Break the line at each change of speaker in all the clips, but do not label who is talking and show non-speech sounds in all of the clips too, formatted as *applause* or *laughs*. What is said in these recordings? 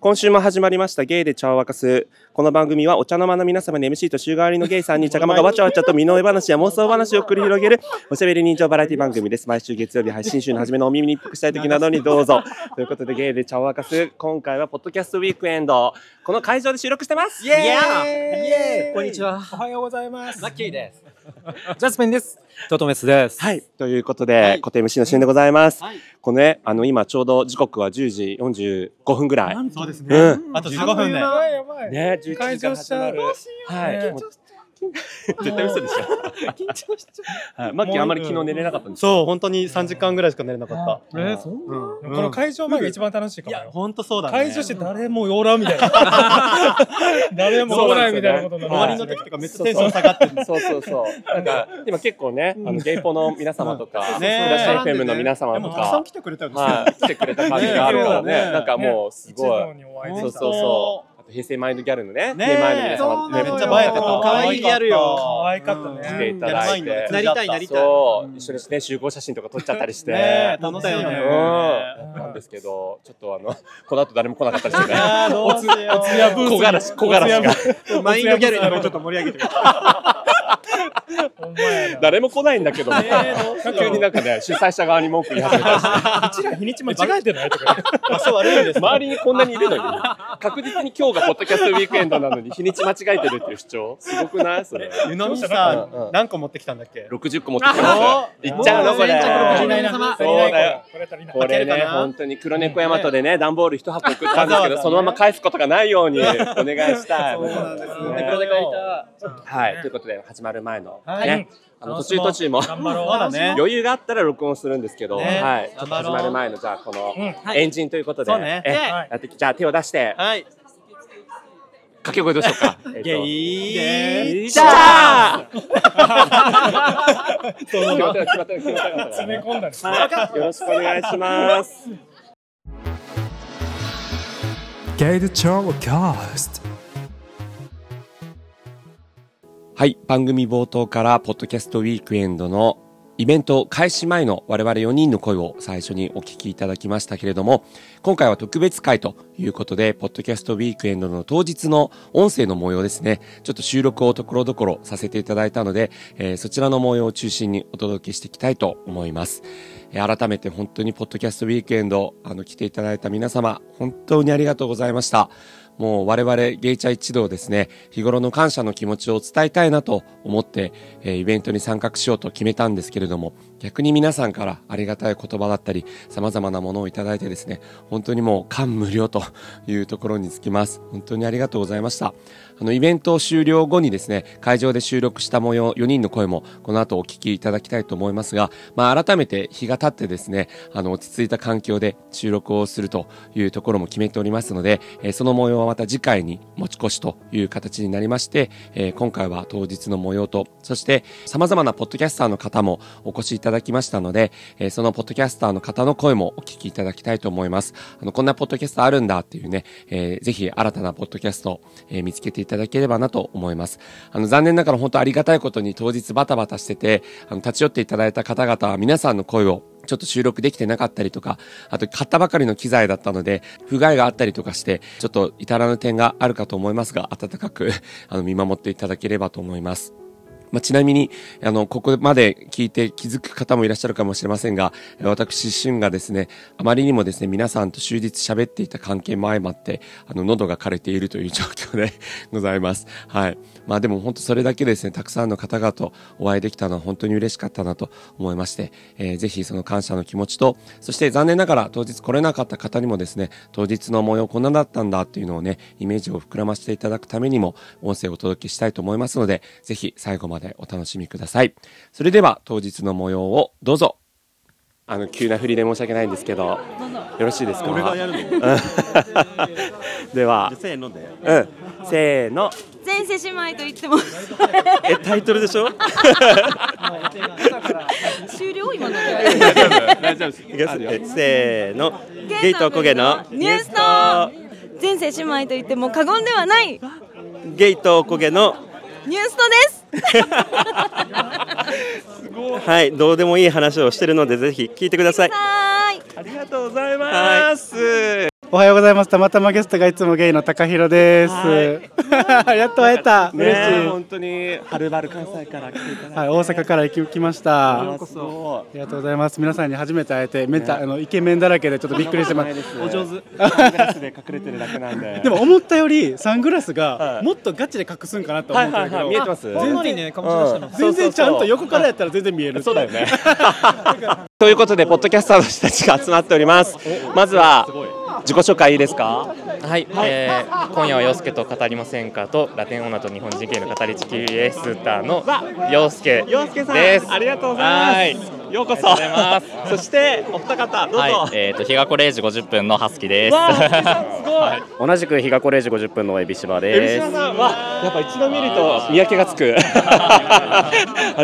今週も始まりましたゲイで茶を沸かす。この番組はお茶の間の皆様に MC と週替わりのゲイさんに茶釜がわちゃわちゃと身の上話や妄想話を繰り広げるおしゃべり人情バラエティ番組です。毎週月曜日配信週の初めのお耳に一服したい時などにどうぞ。ということでゲイで茶を沸かす。今回はポッドキャストウィークエンド。この会場で収録してます。
イエーイ
こんにちは
おはようございます。
マッキーです。ジャスミンです。トトメスです。
はい。ということで、固定 MC の旬でございます。
はい
このね、あの、今ちょうど時刻は10時45分ぐらい。
そうですね。
うん。
あと15分で。
やばいやばい。
ね、11時
会
から
場
始
しちゃ
ま
う
る。はい。
緊張
絶対嘘でし
緊張しち
ょ。
ゃ
はい。マッキーあんまり昨日寝れなかったんですよ。
そう、本当に3時間ぐらいしか寝れなかった。
う。えそんな。
うん
この会場前が一番楽しいか
い
も
や、
よ。
本当そうだね。
会場して誰もおらんみたいな。誰もおらんみたいなことに
終
な
わ
る
りの時とかめっちゃテンション下がってる。
そうそうそう。なんか今結構ね、あのゲイポの皆様とか、
ね
ダッシュ FM の皆様
で
と
もたくさん
か、
来てくれたよね。
はい、来てくれた感じがあるからね、
ね
なんかもうすご
一堂
い。
にお会いでき
そう
た
そうそう。あと平成マインドギャルのね、
ね
平成マインド皆
そう
様
な
めっ
のよ
ちゃ映えてた。
可愛いギャルよ
可愛かったね
来ていただいて
なりたいな
りたい
そう、一緒にね集合写真とか撮っちゃったりして。
ね楽しいよ
う
ね
ん。
ん
なんですけど、ちょっとあのこの後誰も来なかったりしてね。
あーどうしよう。
小柄し小柄しが。
マインドギャルにも
ちょっと盛り上げてくれた。
ほんまやな
誰も来ないんだけど、急になんかね、主催者側に文句言い始めたりして
うちら日にち間違えてないとか。
場所悪いんですか
周りにこんなにいるのに、確実に今日がポッドキャストウィークエンドなのに、日にち間違えてるっていう主張、すごくないそれ。
湯飲み
うんう
さ
ん、
何個持ってきたんだっけ
60個持ってきま
お
す。いっちゃうのこ
もう全然
れ。
足りないな
足りない
そうだよ
これ足りない
これ
か
ね、
な
本当に黒猫大和でね、段ボール一箱送ったんですけ
わざわざ
ど、
ね
そのまま返すことがないよ
*laughs*
うにお願いしたい。
よ
ね
黒で描いた。
はい、ということで、始まる前の、
はい
ね、あの途中途中も。
頑張ろう。
まだね。
余裕があったら録音するんですけど、
ね
はい、ちょっと
頑張ろう
始まる前のじゃあこの
うん
エンジンということで、
そうね
え
はい
やってきじゃあ手を出して
はい。
掛け声どうしよ
*laughs*
うか。えっと
ゲイ。
じゃあ決まった決まった決まった
詰め込んだね。
はいよろしくお願いします。
ゲイル超キャスト
はい、番組冒頭からポッドキャストウィークエンドのイベント開始前の我々4人の声を最初にお聞きいただきましたけれども、今回は特別会ということで、ポッドキャストウィークエンドの当日の音声の模様ですね、ちょっと収録をところどころさせていただいたので、えーそちらの模様を中心にお届けしていきたいと思います。えー改めて本当にポッドキャストウィークエンド、あの、来ていただいた皆様、本当にありがとうございました。もう我々ゲイチャ一同ですね、日頃の感謝の気持ちを伝えたいなと思って、えーイベントに参画しようと決めたんですけれども、逆に皆さんからありがたい言葉だったり、様々なものをいただいてですね、本当にもう感無量というところにつきます。本当にありがとうございました。あの、イベント終了後にですね、会場で収録した模様4人の声も、この後お聞きいただきたいと思いますが、まあ、改めて日が経ってですね、あの、落ち着いた環境で収録をするというところも決めておりますので、えーその模様はまた次回に持ち越しという形になりまして、えー今回は当日の模様と、そして様々なポッドキャスターの方もお越しいただきましたので、えーそのポッドキャスターの方の声もお聞きいただきたいと思います。あの、こんなポッドキャスターあるんだっていうね、えーぜひ新たなポッドキャストを、えー見つけていただければなと思います。あの、残念ながら本当ありがたいことに当日バタバタしてて、あの、立ち寄っていただいた方々は皆さんの声をちょっと収録できてなかったりとか、あと買ったばかりの機材だったので、不具合があったりとかして、ちょっと至らぬ点があるかと思いますが、温かくあの見守っていただければと思います。まあ、ちなみに、あの、ここまで聞いて気づく方もいらっしゃるかもしれませんが、え私、旬がですね、あまりにもですね、皆さんと終日喋っていた関係も相まって、あの、喉が枯れているという状況で *laughs* ございます。はい。まあでも本当それだけですね、たくさんの方々とお会いできたのは本当に嬉しかったなと思いまして、えーぜひその感謝の気持ちと、そして残念ながら当日来れなかった方にもですね、当日の模様こんなだったんだっていうのをね、イメージを膨らませていただくためにも、音声をお届けしたいと思いますので、ぜひ最後までお楽しみください。それでは当日の模様をどうぞ。あの、急な振りで申し訳ないんですけど、よろしいですか
俺がやるの
では、
せーので。
うん、せーの。
前世姉妹と言って
*laughs*
も
え、タイトルでしょ
終了今ので
せーの。ゲイとコゲの
ニュースと前世姉妹と言っても過言ではない
ゲイとコゲの
ニュースとです
はい、どうでもいい話をしてるので、ぜひ聞いてください。
はーい
ありがとうございます。
おはようございます。たまたまゲストがいつもゲイの高弘です。 *laughs* やっと会えた。嬉しい。
本当にはるばる関西から来ていただいて
はい、大阪から行き来ました。あ
すごい
りがとうございます。皆さんに初めて会えて、めっちゃ、あのイケメンだらけでちょっとびっくりしてます。
お上手サングラスで隠れてるだけなんで
でも思ったよりサングラス
は
が
い
もっとガチで隠すんかなと思
はい
ってた
はい
け
はい
ど
見えてます
ほんのりね、かもしれない。
全然ちゃんと横からやったら全然見える。
そうだよね。ということで、ポッドキャスターの人たちが集まっております。まずは、自己紹介いいですか。
はい、えー今夜は陽介と語りませんかとラテン女と日本人系の語りチキエスターの陽介です。
ありがとうございます。ようこそ。
ありがとうございます
そして、お二方、どうぞ。
はい、えっ、と日がこ0時50分のハスキです。同じく日がこ0時50分のエビシバ
エビシマさんはやっぱ一度見ると見分けがつ *laughs* くあ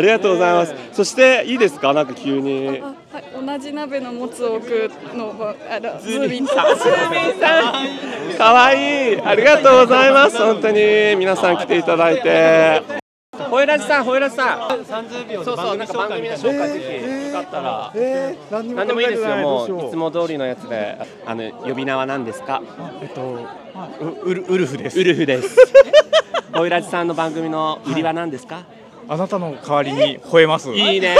りがとうございますそしていいですかなんか急 *laughs* に
同じ鍋のもつを置くのあのズービン
かわいいありがとうございます本当に皆さん来ていただいてほえらじさんほえらじさんそうそうなんか番組の紹介ぜひよかったら何でもいいですよもういつも通りのやつであの呼び名は何ですか
ウルウルフです
ウルフですほえらじさんの番組の売りは何ですか
あなたの代わりに吠えます
いい *laughs* ね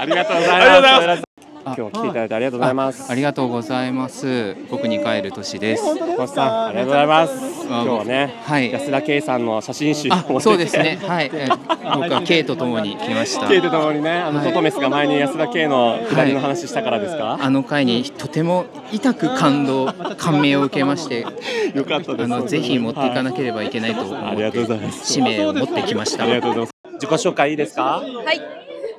ありがとうございますほえらじさん今日は来ていただいてありがとうございます
ありがとうございます。僕に帰る年です。
コシさん、ありがとうございます。今日はね、
はい
安田圭さんの写真集
あ、
を
そうです
*laughs*
ね。はい。え僕は K と共に来ました
圭。とともにね、あの、トトメスが前に安田圭の下りの話したからですか。
あの回にとても痛く感動、感銘を受けまして、
よかったです。
あのぜひ持っていか
はい。
なければいけないと思
あ
っ
りがとうござい
て
ます。
使命を持ってきました
あ。りがとうございます。自己紹介いいですか。
はい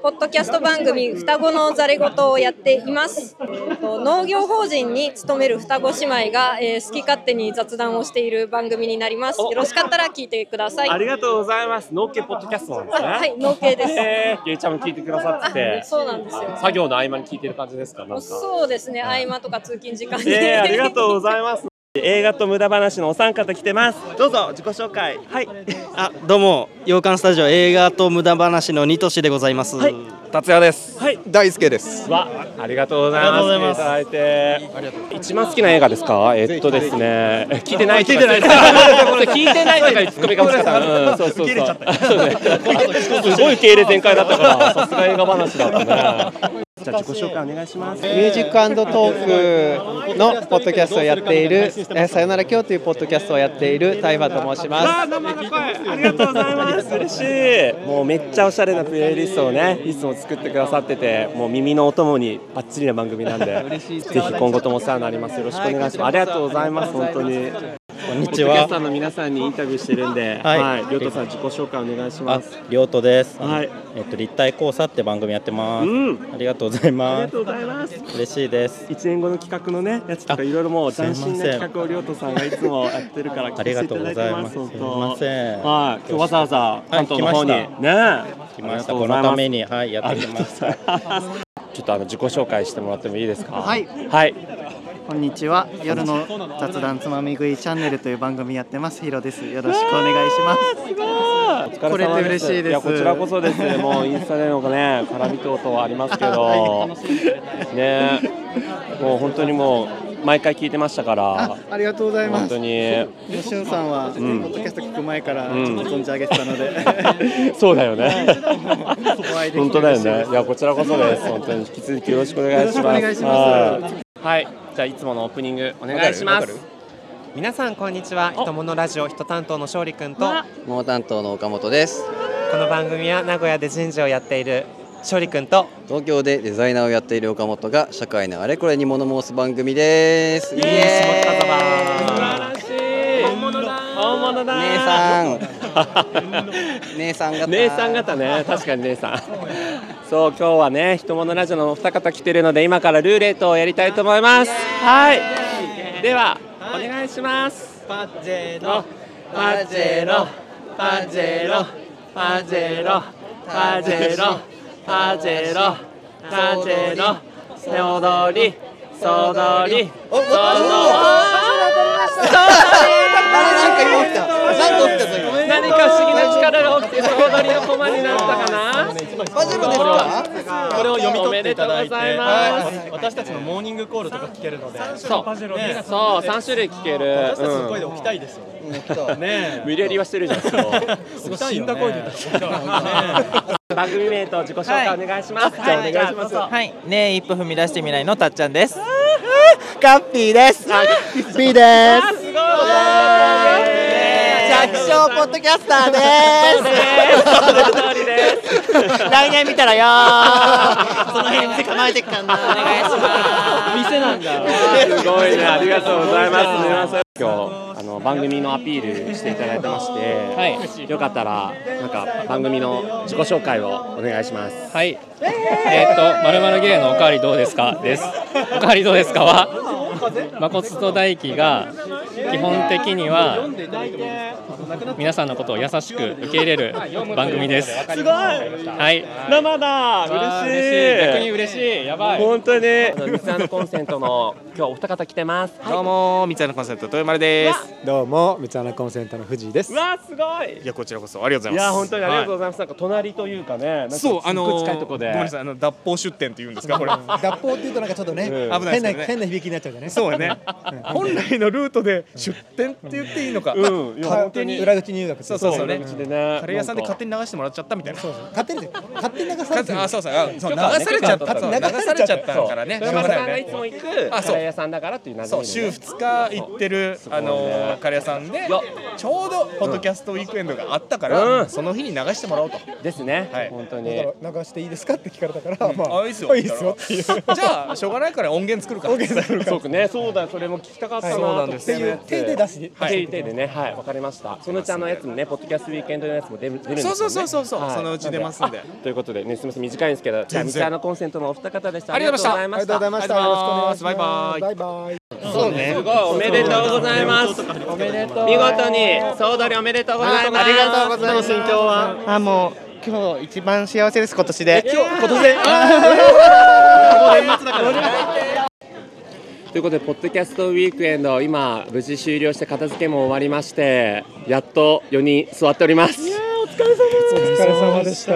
ポッドキャスト番組双子のざれ言をやっていますえっと農業法人に勤める双子姉妹が、えー好き勝手に雑談をしている番組になりますよろしかったら聞いてください
ありがとうございます。農家ポッドキャストなんですね。
はい農系です
えー、ゲイちゃんも聞いてくださってて
あ。そうなんですよ
作業の合間に聞いてる感じですか。なんか。
そうですね合間とか通勤時間に、
えー、ありがとうございます。映画と無駄話のお三方来てます。どうぞ自己紹介。はい。
あ、どうも、洋館スタジオ映画と無駄話のニトシでございます。はい、
達也です
はい。
大輔です
わありがとうございます。
あり
来
がとうご
ていただいて。一番好きな映画ですか？えっとですね、聞いてない。聞いてない。聞いてないとかいうツッコミが欲しかった。うんそうそうそう。受け入れちゃった。 *laughs* そうね。すごい受け入れ全開だったから、さすが映画話だったね。じゃあ自己紹介お願いします。
ミュージックトークのポッドキャストをやっている、えーさよなら今日というポッドキャストをやっているタイバーと申します。
あ生の声ありがとうございます嬉しいもうめっちゃおしゃれなプレイリストをねいつも作ってくださっててもう耳のお供にバッチリな番組なんでぜひ今後ともお世話になりますよろしくお願いします、ありがとうございます本当にこんにちは。さんの皆さんにインタビューしてるんで、はい、りょうとさん自己紹介お願いします。
りょうとです。
はい、
えっと立体交差って番組やってま
うん、
す。ありがとうござい
あり
ま
がとうございます。
す。嬉しいです。
一年後の企画のね、やつとかいろいろもう斬新な企画をりょうとさんがいつもやってるから聞かせていただいてます。
ありがとうございます
本当
すいません
はい、今日わざわざ関東の方に、
はい
ね。
来来
来
ました。このためにはいや
あ
って
り
き
がとうご
ます。
ざいます。ちょっとあの自己紹介してもらってもいいですか。
はい
はい。
こんにちは。夜の雑談つまみ食いチャンネルという番組やってます。ヒロです。よろしくお願いします。
お疲れ様
これって嬉しいです
いやこちらこそです。もうインスタでのね絡み等々ありますけど、ねもう本当にもう毎回聞いてましたから。
ありがとうございま
本
す
当。に、
しゅんさんは、
ん
ポッドキャスト聞く前からち
う
ょ
ん
っと存じ上げてたので、 *laughs*
そうだよね。
お会いでき
本
て
当だよ
嬉しいで
ね。
す
いやこちらこそです。本当に引き続きよろしくお願いします。
よろしくお願いします
はいはい。じゃあいつものオープニングお願いします。
皆さんこんにちは。ひとものラジオひと担当の勝利くんと
桃担当の岡本です。
この番組は名古屋で人事をやっている勝利くんと
東京でデザイナーをやっている岡本が社会のあれこれに物申す番組です。イエ
らしい。本物だ。本物だ。
姉さ
*laughs*
ん。姉さん方。
姉さん方ね確かに姉さんそう今日はね「ひとものラジオ」のお二方来てるので今からルーレットをやりたいと思いますはいではお願いしますパジェロパジェロパジェロパジェロパジェロパジェロパジェロ総踊り総踊り総踊り何か不思議な力が起きて総踊りの駒になったかな
バジルですか
これを読み取っていただいて
おめでとうございます
はい私たちのモーニングコールとか聞けるので
そう
パジェロね
そう三種類聞ける
私たちの声で起きたいですよねえ
無理やりはしてるじゃんそれを
すごい死んだ声で言った
*laughs* 番組名と自己紹介お願いします、
はい
じゃあお願いします、
はい、ねえ一歩踏み出して未来のたっちゃんです。カッピーです。ピー。
です
すごい。
*laughs*
弱小ポッドキャスターです。来年見たらよー。その辺店構えてっからな。お願いします。店なんだ。
すごいね、ありがとうございます。皆さん今日あの番組のアピールしていただいてまして、よかったらなんか番組の自己紹介をお願いします。
はい。えっ、と、まるまるゲーのおかわりどうですか
*laughs*
です。おかわりどうですかは。誠と大輝が基本的には皆さんのことを優しく受け入れる番組です。
すごい
はい。
生だ
わー嬉しい逆に嬉しいやばい
本当に三つのコンセントの今日はお二方来てます。どうも三つのコンセント豊丸です。
どうも三つ穴コンセントの藤井です
うわーすごい。
いやこちらこそありが
いや本当にありがとうございます。なんか隣というかね、なんか
そうあのー
すっごい近いとこで。
ごめんなさいあの脱法出店って言うんですかこれ
脱法っていうとなんかちょっとね、
うん危ないで
変
す
な
よね
変な響きになっちゃうじゃない
そうね本来のルートで出店って言っていいのか
うん
勝手に
裏口入学
そうそうそうね
裏口でね
カレー屋さんで勝手に流してもらっちゃったみたいなそうそう
勝手に勝手に流されてる
あそうそうあそう流されちゃった流されちゃったからね
そう豊丸さんがいつも行く
あ
カ
そう
レー屋さんだからっていう
そう週2日行ってる、あのーカレー屋さんでちょうどポッドキャストウィークエンドがあったから、その日に流してもらおうと
ですね、本当に
だから流していいですかって聞かれたから、まあ
あいいっすよ
いいっすよっていう
じゃあしょうがないから音源作るか音源作る
そうねそうだそれも聞きたかったな
そうな
と
ん
思
で
っ
す
て
よ
手で出し
はい手手でねはいわかりましたそのうちあのやつもねポッドキャストウィークエンドのやつも出る出るんですよね
そうそうそうそう
はい
そのうち出ますんで
あということでねすみません短いんですけどじゃあ
全
ミ
然
キサーのコンセントのお二方でした
ありがとうございました
ありがとうございましたよろしくお願いします
バイバイ
バイバイ
そうねすごいおめでとうございますおめでとう見事に総取りおめでとうございます
ありがとうございます。
どうも心境は
あ、もう今日一番幸せです今年で。今日今年
で
あーもう年末だから。
ということでポッドキャストウィークエンド今無事終了して片付けも終わりましてやっと4人座っております
お疲れ様お疲れ様でした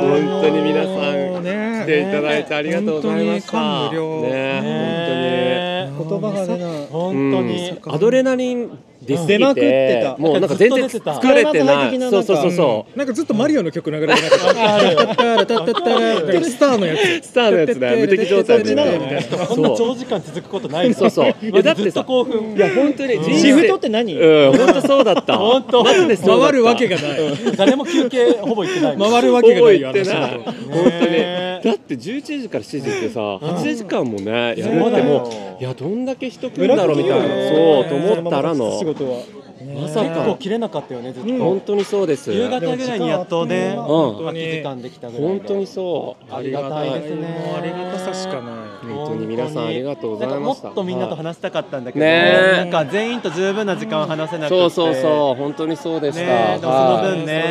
本当に皆さん来ていただいてありがとうございました。
本当に感無量
ね本
言葉が出ない
当
本
にうんアドレナリン出すぎ
出まくって
て
た
もうなんか全然
ずっと出てた
疲れてない。
ドラ
そうそう
マの背景の中。
そうそう
なんかずっとマリオの曲流れてなかった。タッタラタッタラタッタラスターのやつ。
スターのやつね無敵状態でねそう
こんな長時間続くことないの。
そうそういやだってさ
ずと興奮。
いや本当に人生
シフトって何？
う。うん本当そうだった。
本当。
マジでそうだった
回るわけがない。誰も休憩ほぼ行ってない。回るわけがないよ
覚えてない
あの仕事
本当にだって11時から7時ってさ8時間もねやるってもういやどんだけ人来るんだろうみたいなそうと思ったらの
仕事は。
まさ
結構
か
切れなかったよねずっと。
本当にそうです
夕方ぐらいにやっとね、
うん
空き時間できたぐらいで
本当にそう
ありがたいですね
あり
がたさしかない
本当に皆さんありがとうございました
なんかもっとみんなと話したかったんだけど、
ねえ
なんか全員と十分な時間を話せなくて、
そうそうそう本当にそうでした、
ねえでもその分ね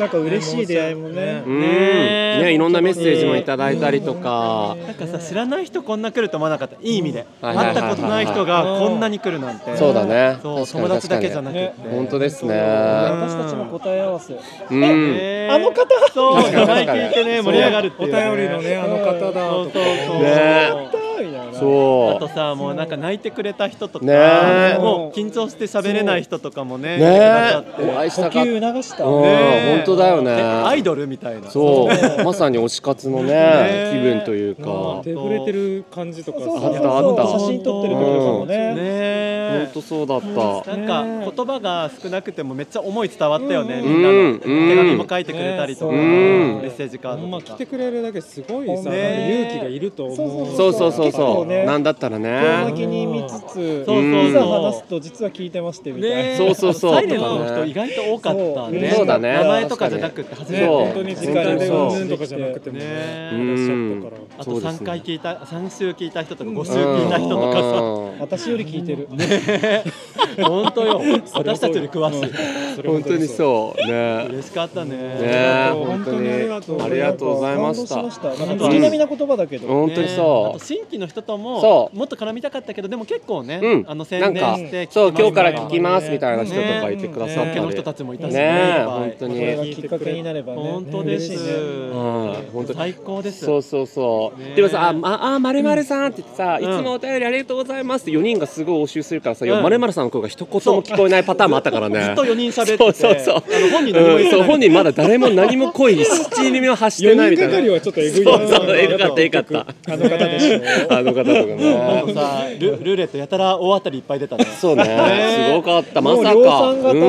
なんか嬉しい出会いもね
うんねいろんなメッセージもいただいたりとか、
なんかさ知らない人こんな来ると思わなかったいい意味で、
はいはいは
会
い
ったことない人がこんなに来るなんて、
そうだね
そ
確
う
かに
友達だけじゃなくて、
確かに本当ですね
私たちも答え合わせ
うん
えー
あの方
そう
確かに確かに
聞いてね *laughs* 盛り上がるっていう、
お便りのねあの方だ
そうそうそう、
ねそう
あとさもうなんか泣いてくれた人とか、
ねえ
もう緊張して喋れない人とかもね
ね
いらっしゃって
お会いしたかっ
呼吸
うん
ねえ
本当だよね
アイドルみたいな
そう
ね
まさに推し活のね
ね
気分というか
手触れてる感じとか
あったあった
写真撮ってる時とかもね
ね
本当そうだった
なんか言葉が少なくてもめっちゃ思い伝わったよね、
ん
みんな
うん
の手紙も書いてくれたりとか、
ねそう
メッセージカードとか、
来てくれるだけすごいさ、
ね
勇気がいると思う
そうそうそう
結構
そう、
ね
なんだったら
遠
ね
巻きに見つつ
そうそうそう
いざ話すと実は聞いてましてみたいな
そうそうそう
サ
サ
イ
イ
レ
レ
ン
ント
トの
の
人
人
意
意
外と多
か
ったね
そうだね
名前とかじゃなくて初めて
そう
本当に
時間で
そう
うんとかじゃなくても
ね
うん
あ
そ
と
うです
三
ね
回聞いた、三週聞いた人とか五週聞いた人とかさ、
私より聞いてる
ね *laughs* え本当よ
それは
私
そ
た
う
ちより詳し
そ
い
れは
本当にそうね
嬉しかったね
ね本当にありがとうございました
感動しましたなんか月並みな言葉だけど
本当にそう
あと新規の人とことも
そ
もっと絡みたかったけどでも結構ね、
うん
あの宣伝
なんか
して
そう今日から聞きますみたいな人とかいてくださったり
ねの人たちもいたし
ねえ
いっぱい
本当に
それがきっかけになればね本当です、
うん、本当
最高です
そうそうそう、
ね
でもさ「あまあまるまるさん」って言ってさ、
うん
いつもお便りありがとうございます」って4人がすごい応酬するからさ「
うん
まるまるさんの声が一言も聞こえないパターンもあったからね
ずっと4人喋ってて
そうそうそう
あの本人何も言ってない
うんそう本人まだ誰も何も声に七耳を発してないみたいな
四人がかりはちょっとえぐいな
そうそうえぐかったえぐかったあの方でしょあの方とか
あ
ね
のさルルーレットやたら大当たりいっぱい出たね
そうねすごかったまさか
もう量産型ね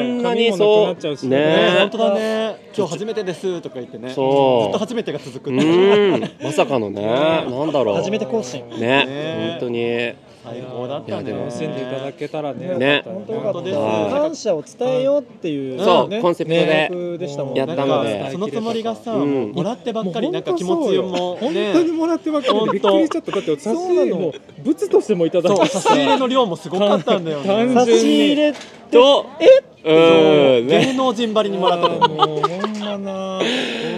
うんこんなにそう
ね
ね
本当だね今日初めてですとか言ってね
そう
ずっと初めてが続く
うーんまさかのねなんだろう
初めて更新
ね本当に
最高だっ
い
た
や
ね
でも
楽しんでいただけたらね
ね
本当
よ
よ
か
か
っ
ったた
ね
ね
感
謝を伝えようっていうね
そうコンセプトで
ね企画でしたもんね
やったので
なんか
そのつもりがさ、
うん
もらってばっかりなんか気持ちも
本
ね
当にもらってばっかりでびっくりしちゃっただって差し入れも物としてもいただい
そう
た
差し入れの量もすごかったんだよ
単純に
ね
差し入れ
と
え
うんね
芸能人ばりにもらったと思う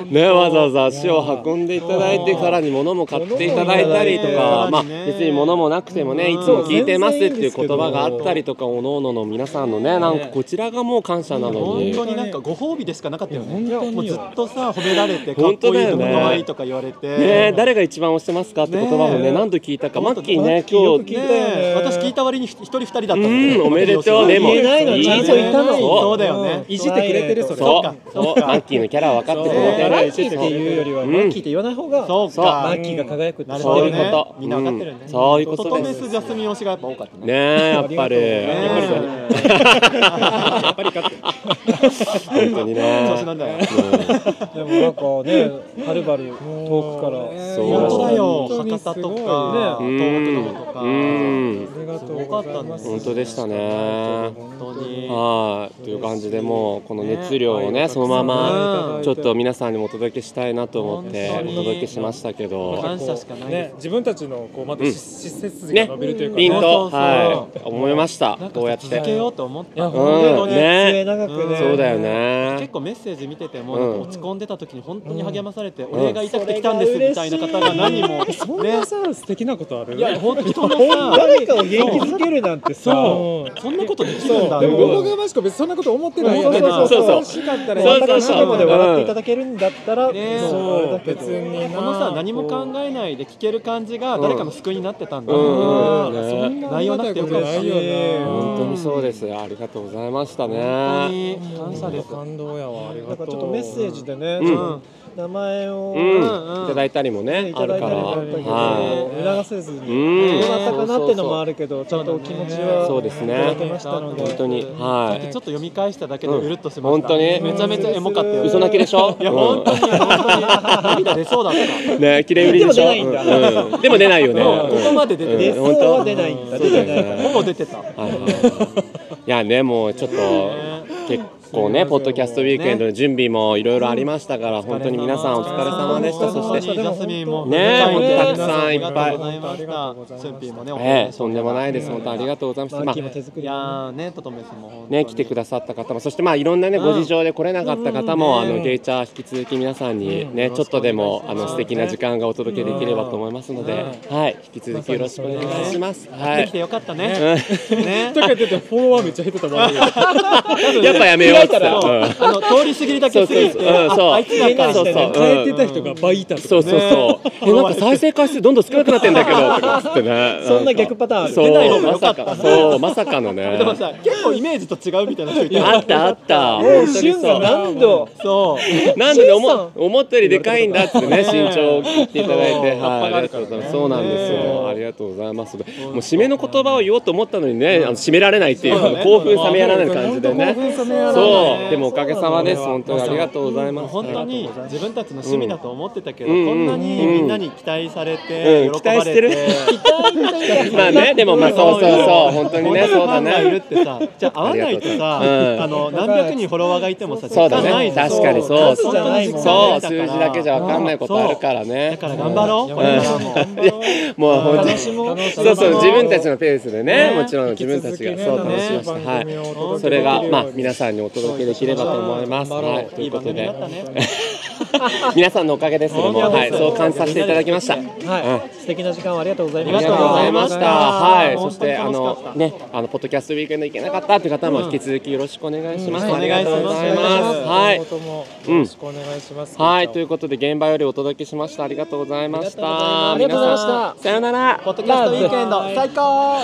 ね、わざわざ足を運んでいただいてさらに物も買っていただいたりとか、まあ、別に物もなくてもねいつも聞いてますっていう言葉があったりとかおのおのの皆さんのねなんかこちらがもう感謝なの
本
に
当になんかご褒美でしかなかったよねもうずっとさ褒められてかっ
本当
こい
だ
いと
よ
か
ね
可愛いとか言われて、
ね誰が一番推してますかって言葉も
ねえ
ね何度聞いたかマッキーね
マ
今
ッキ
日
ーよく聞いたよね私聞いた割に一人二人だった
うんおめでとうねも
言えないのに
いい
そう言ったの
そう
そうだよね
いじってくれてるそれ
そうそうマッキーのキャラ分かってくれてる
マッキーっていうよりはマッキーって言わない方が
そう
そう
か
マッキーが輝くって知ってる
そういうこと
みんな分かってるよね
うんそういうこと
ト
で
メ
す
スジャスミン推しがやっぱ多かった
ね
ね
えやっぱりやっぱりかっ
*laughs*
て本当にね
調子なんだよ
でもなんかねはるばる遠くから
そう本当だ
よ博多とか
うんうん
多かったんです
本当でしたね。はい、という感じでもうこの熱量を
ね
ねそのま
う
ま
ん
ちょっと皆さんにもお届けしたいなと思ってお届けしましたけど。
感謝しかないね自分たちのこうまた
うん
し施設が
ね
伸びるという、か
ピンと、
そう
は
そう
い、
そう
思いました。こうやって。
続けようと思った
いや本当にうんね末永くねそうだよね
結構メッセージ見ててもなんか落ち込んでた時に本当に励まされて
ん
お礼が言いたくて来たんですみたいな方が何人も
*laughs* そんなさ素敵なことある
いや本当に人のさ
誰かを元気づけるなんてさ
そうそんなことできるんだ
でも大がましく別にそんなこと思ってないよね
そうそうそう
楽しかったらやった
そう
ら
そうそ
何で
う
もで笑っていただけるんだったらそうあれだけど
このさ何も考えないで聞ける感じが誰かの救いになってたんだ、
うん
うん
うんね
内容なくてよかったし
本当にそうです。ありがとうございました
本当
ね。
に感謝です感動やわありが
なんかちょっとメッセージでね、
うん
ちょっと名前を、
うん、いただいたりもね、
い
あ
ただ
る
い
か
た
ら。
りもあったけど、
はい。
促せずに、
うん
どうだったかなってのもあるけど、ちゃんとお気持ちは
そうですね
いただけましたので、
本当に、
さっ
は
き
い
ちょっと。読み返しただけで
うん
うるっとしまし
本
た、
当に
めちゃめちゃエモかったよ
嘘泣きでしょ
いや
うん
本当に本当に涙
*laughs*
出そうだった
ね綺麗売りでしょ
でも出ないん
う
だ
んうんでも出ないよねうん
うんここまで出て
うん本当
そうは出ないんだ
そうだよ
出てないから
ね
ほぼ出てた
はいはいはいいやねもうちょっと結構ねポッドキャストウィークエンドの準備もいろいろありましたから本当に皆さんお疲れ様でしたそして
ジャスミンも
ねえ
本
本
当に
当たくさんいっぱい
ありがとうございましたシュンピーもねお
ええとんでもないです本当ありがとうございました
マ
ま
ッキーも手
あ
作りいやーねトトメスも本当
ね来てくださった方もそしてまあいろんなね
うん
ご事情で来れなかった方
うん
もあ
うんね
のゲイチャー引き続き皆さんに
よ
ね
ろ
ちょ
し
っ
くお
と
願い
で
します
もあの素敵な時間がお届けできればと思いますのではい引き続きよろしくお願いしますは
で
い
きてよかったね
うん
ね
とか言っててフォロワーめっちゃ減ってたも
*laughs*
んね
やっぱやめようっつって
開いた
う
ら
ん
あの通り過ぎるだ
そ
け過ぎて
うそうそううんそう
ああいつなんか
そうそうそう
帰ってた人が倍いたとか
そうそうそう。えなんか再生回数どんどん少なくなってんだけ
*laughs*
どとかっつってね。
そんな逆パターンある
そ
出ないう方が
ま
良か
さ
った
かそうまさかのね。
*laughs* でもさ結構イメージと違うみたいな人いたよ
あったあった。本
ね
当に
シュ
そ
ン
う。
が
何度
そう
なんで思思ったよりでかいんだっつってね身長を切っていただいて、はい、ありがとうございます。そうなんですよ。ありがとうございます。もう締めの言葉を言おうと思ったのにね、あの締められないっていう
そうだね
興奮冷めやらない感じでね
本当興奮冷めや。らない
そう。でもおかげさまです。本当にありがとうございます。
本当に自分たちの趣味だと思ってたけど、
うん
こんなにみんなに期待されて、
うん
喜ばれて、
うん期待してるまあねでもまあそうそうそう本当にね
こんな
そうだね
ファンがいるってさじゃあ会わないとさ
ありがとううん
あの何百人フォロワーがいてもさ
そうだ
実感ない
ね
じゃん
確かにそう
本当に実感
そ
な
う
いから
数字だけじゃ分かんないことあるからねだから
頑張ろうこれからも
*laughs* もう本当
楽
に
し
そう
もう
そう
楽しもう
自分たちのペースでね
ね
もちろん自分たちがそう楽しみましたは
ね
いそれがまあ皆さんにお届けできればと思いますはいということで皆さんのおかげですけども、
本当
は
で
い、
す
そう感じさせていただきました。
はい、素敵な時間をありがとうござい
あり
ま
が
した。
とうございました。はい、そ
本
し
当に
てあ
楽しかった
のね、あのポッドキャストウィークエンド行けなかったって方も引き続きよろしくお願いします。
うんはい
ありがとうございます。
お
は
願
い
いします今後ともよ、
うん
ろしくお願いします
はい、ということで現場よりお届けしました。ありがとうございました。
ありがとうございまし
皆さ
た
んさようなら。
ポッドキャストウィークエンド最高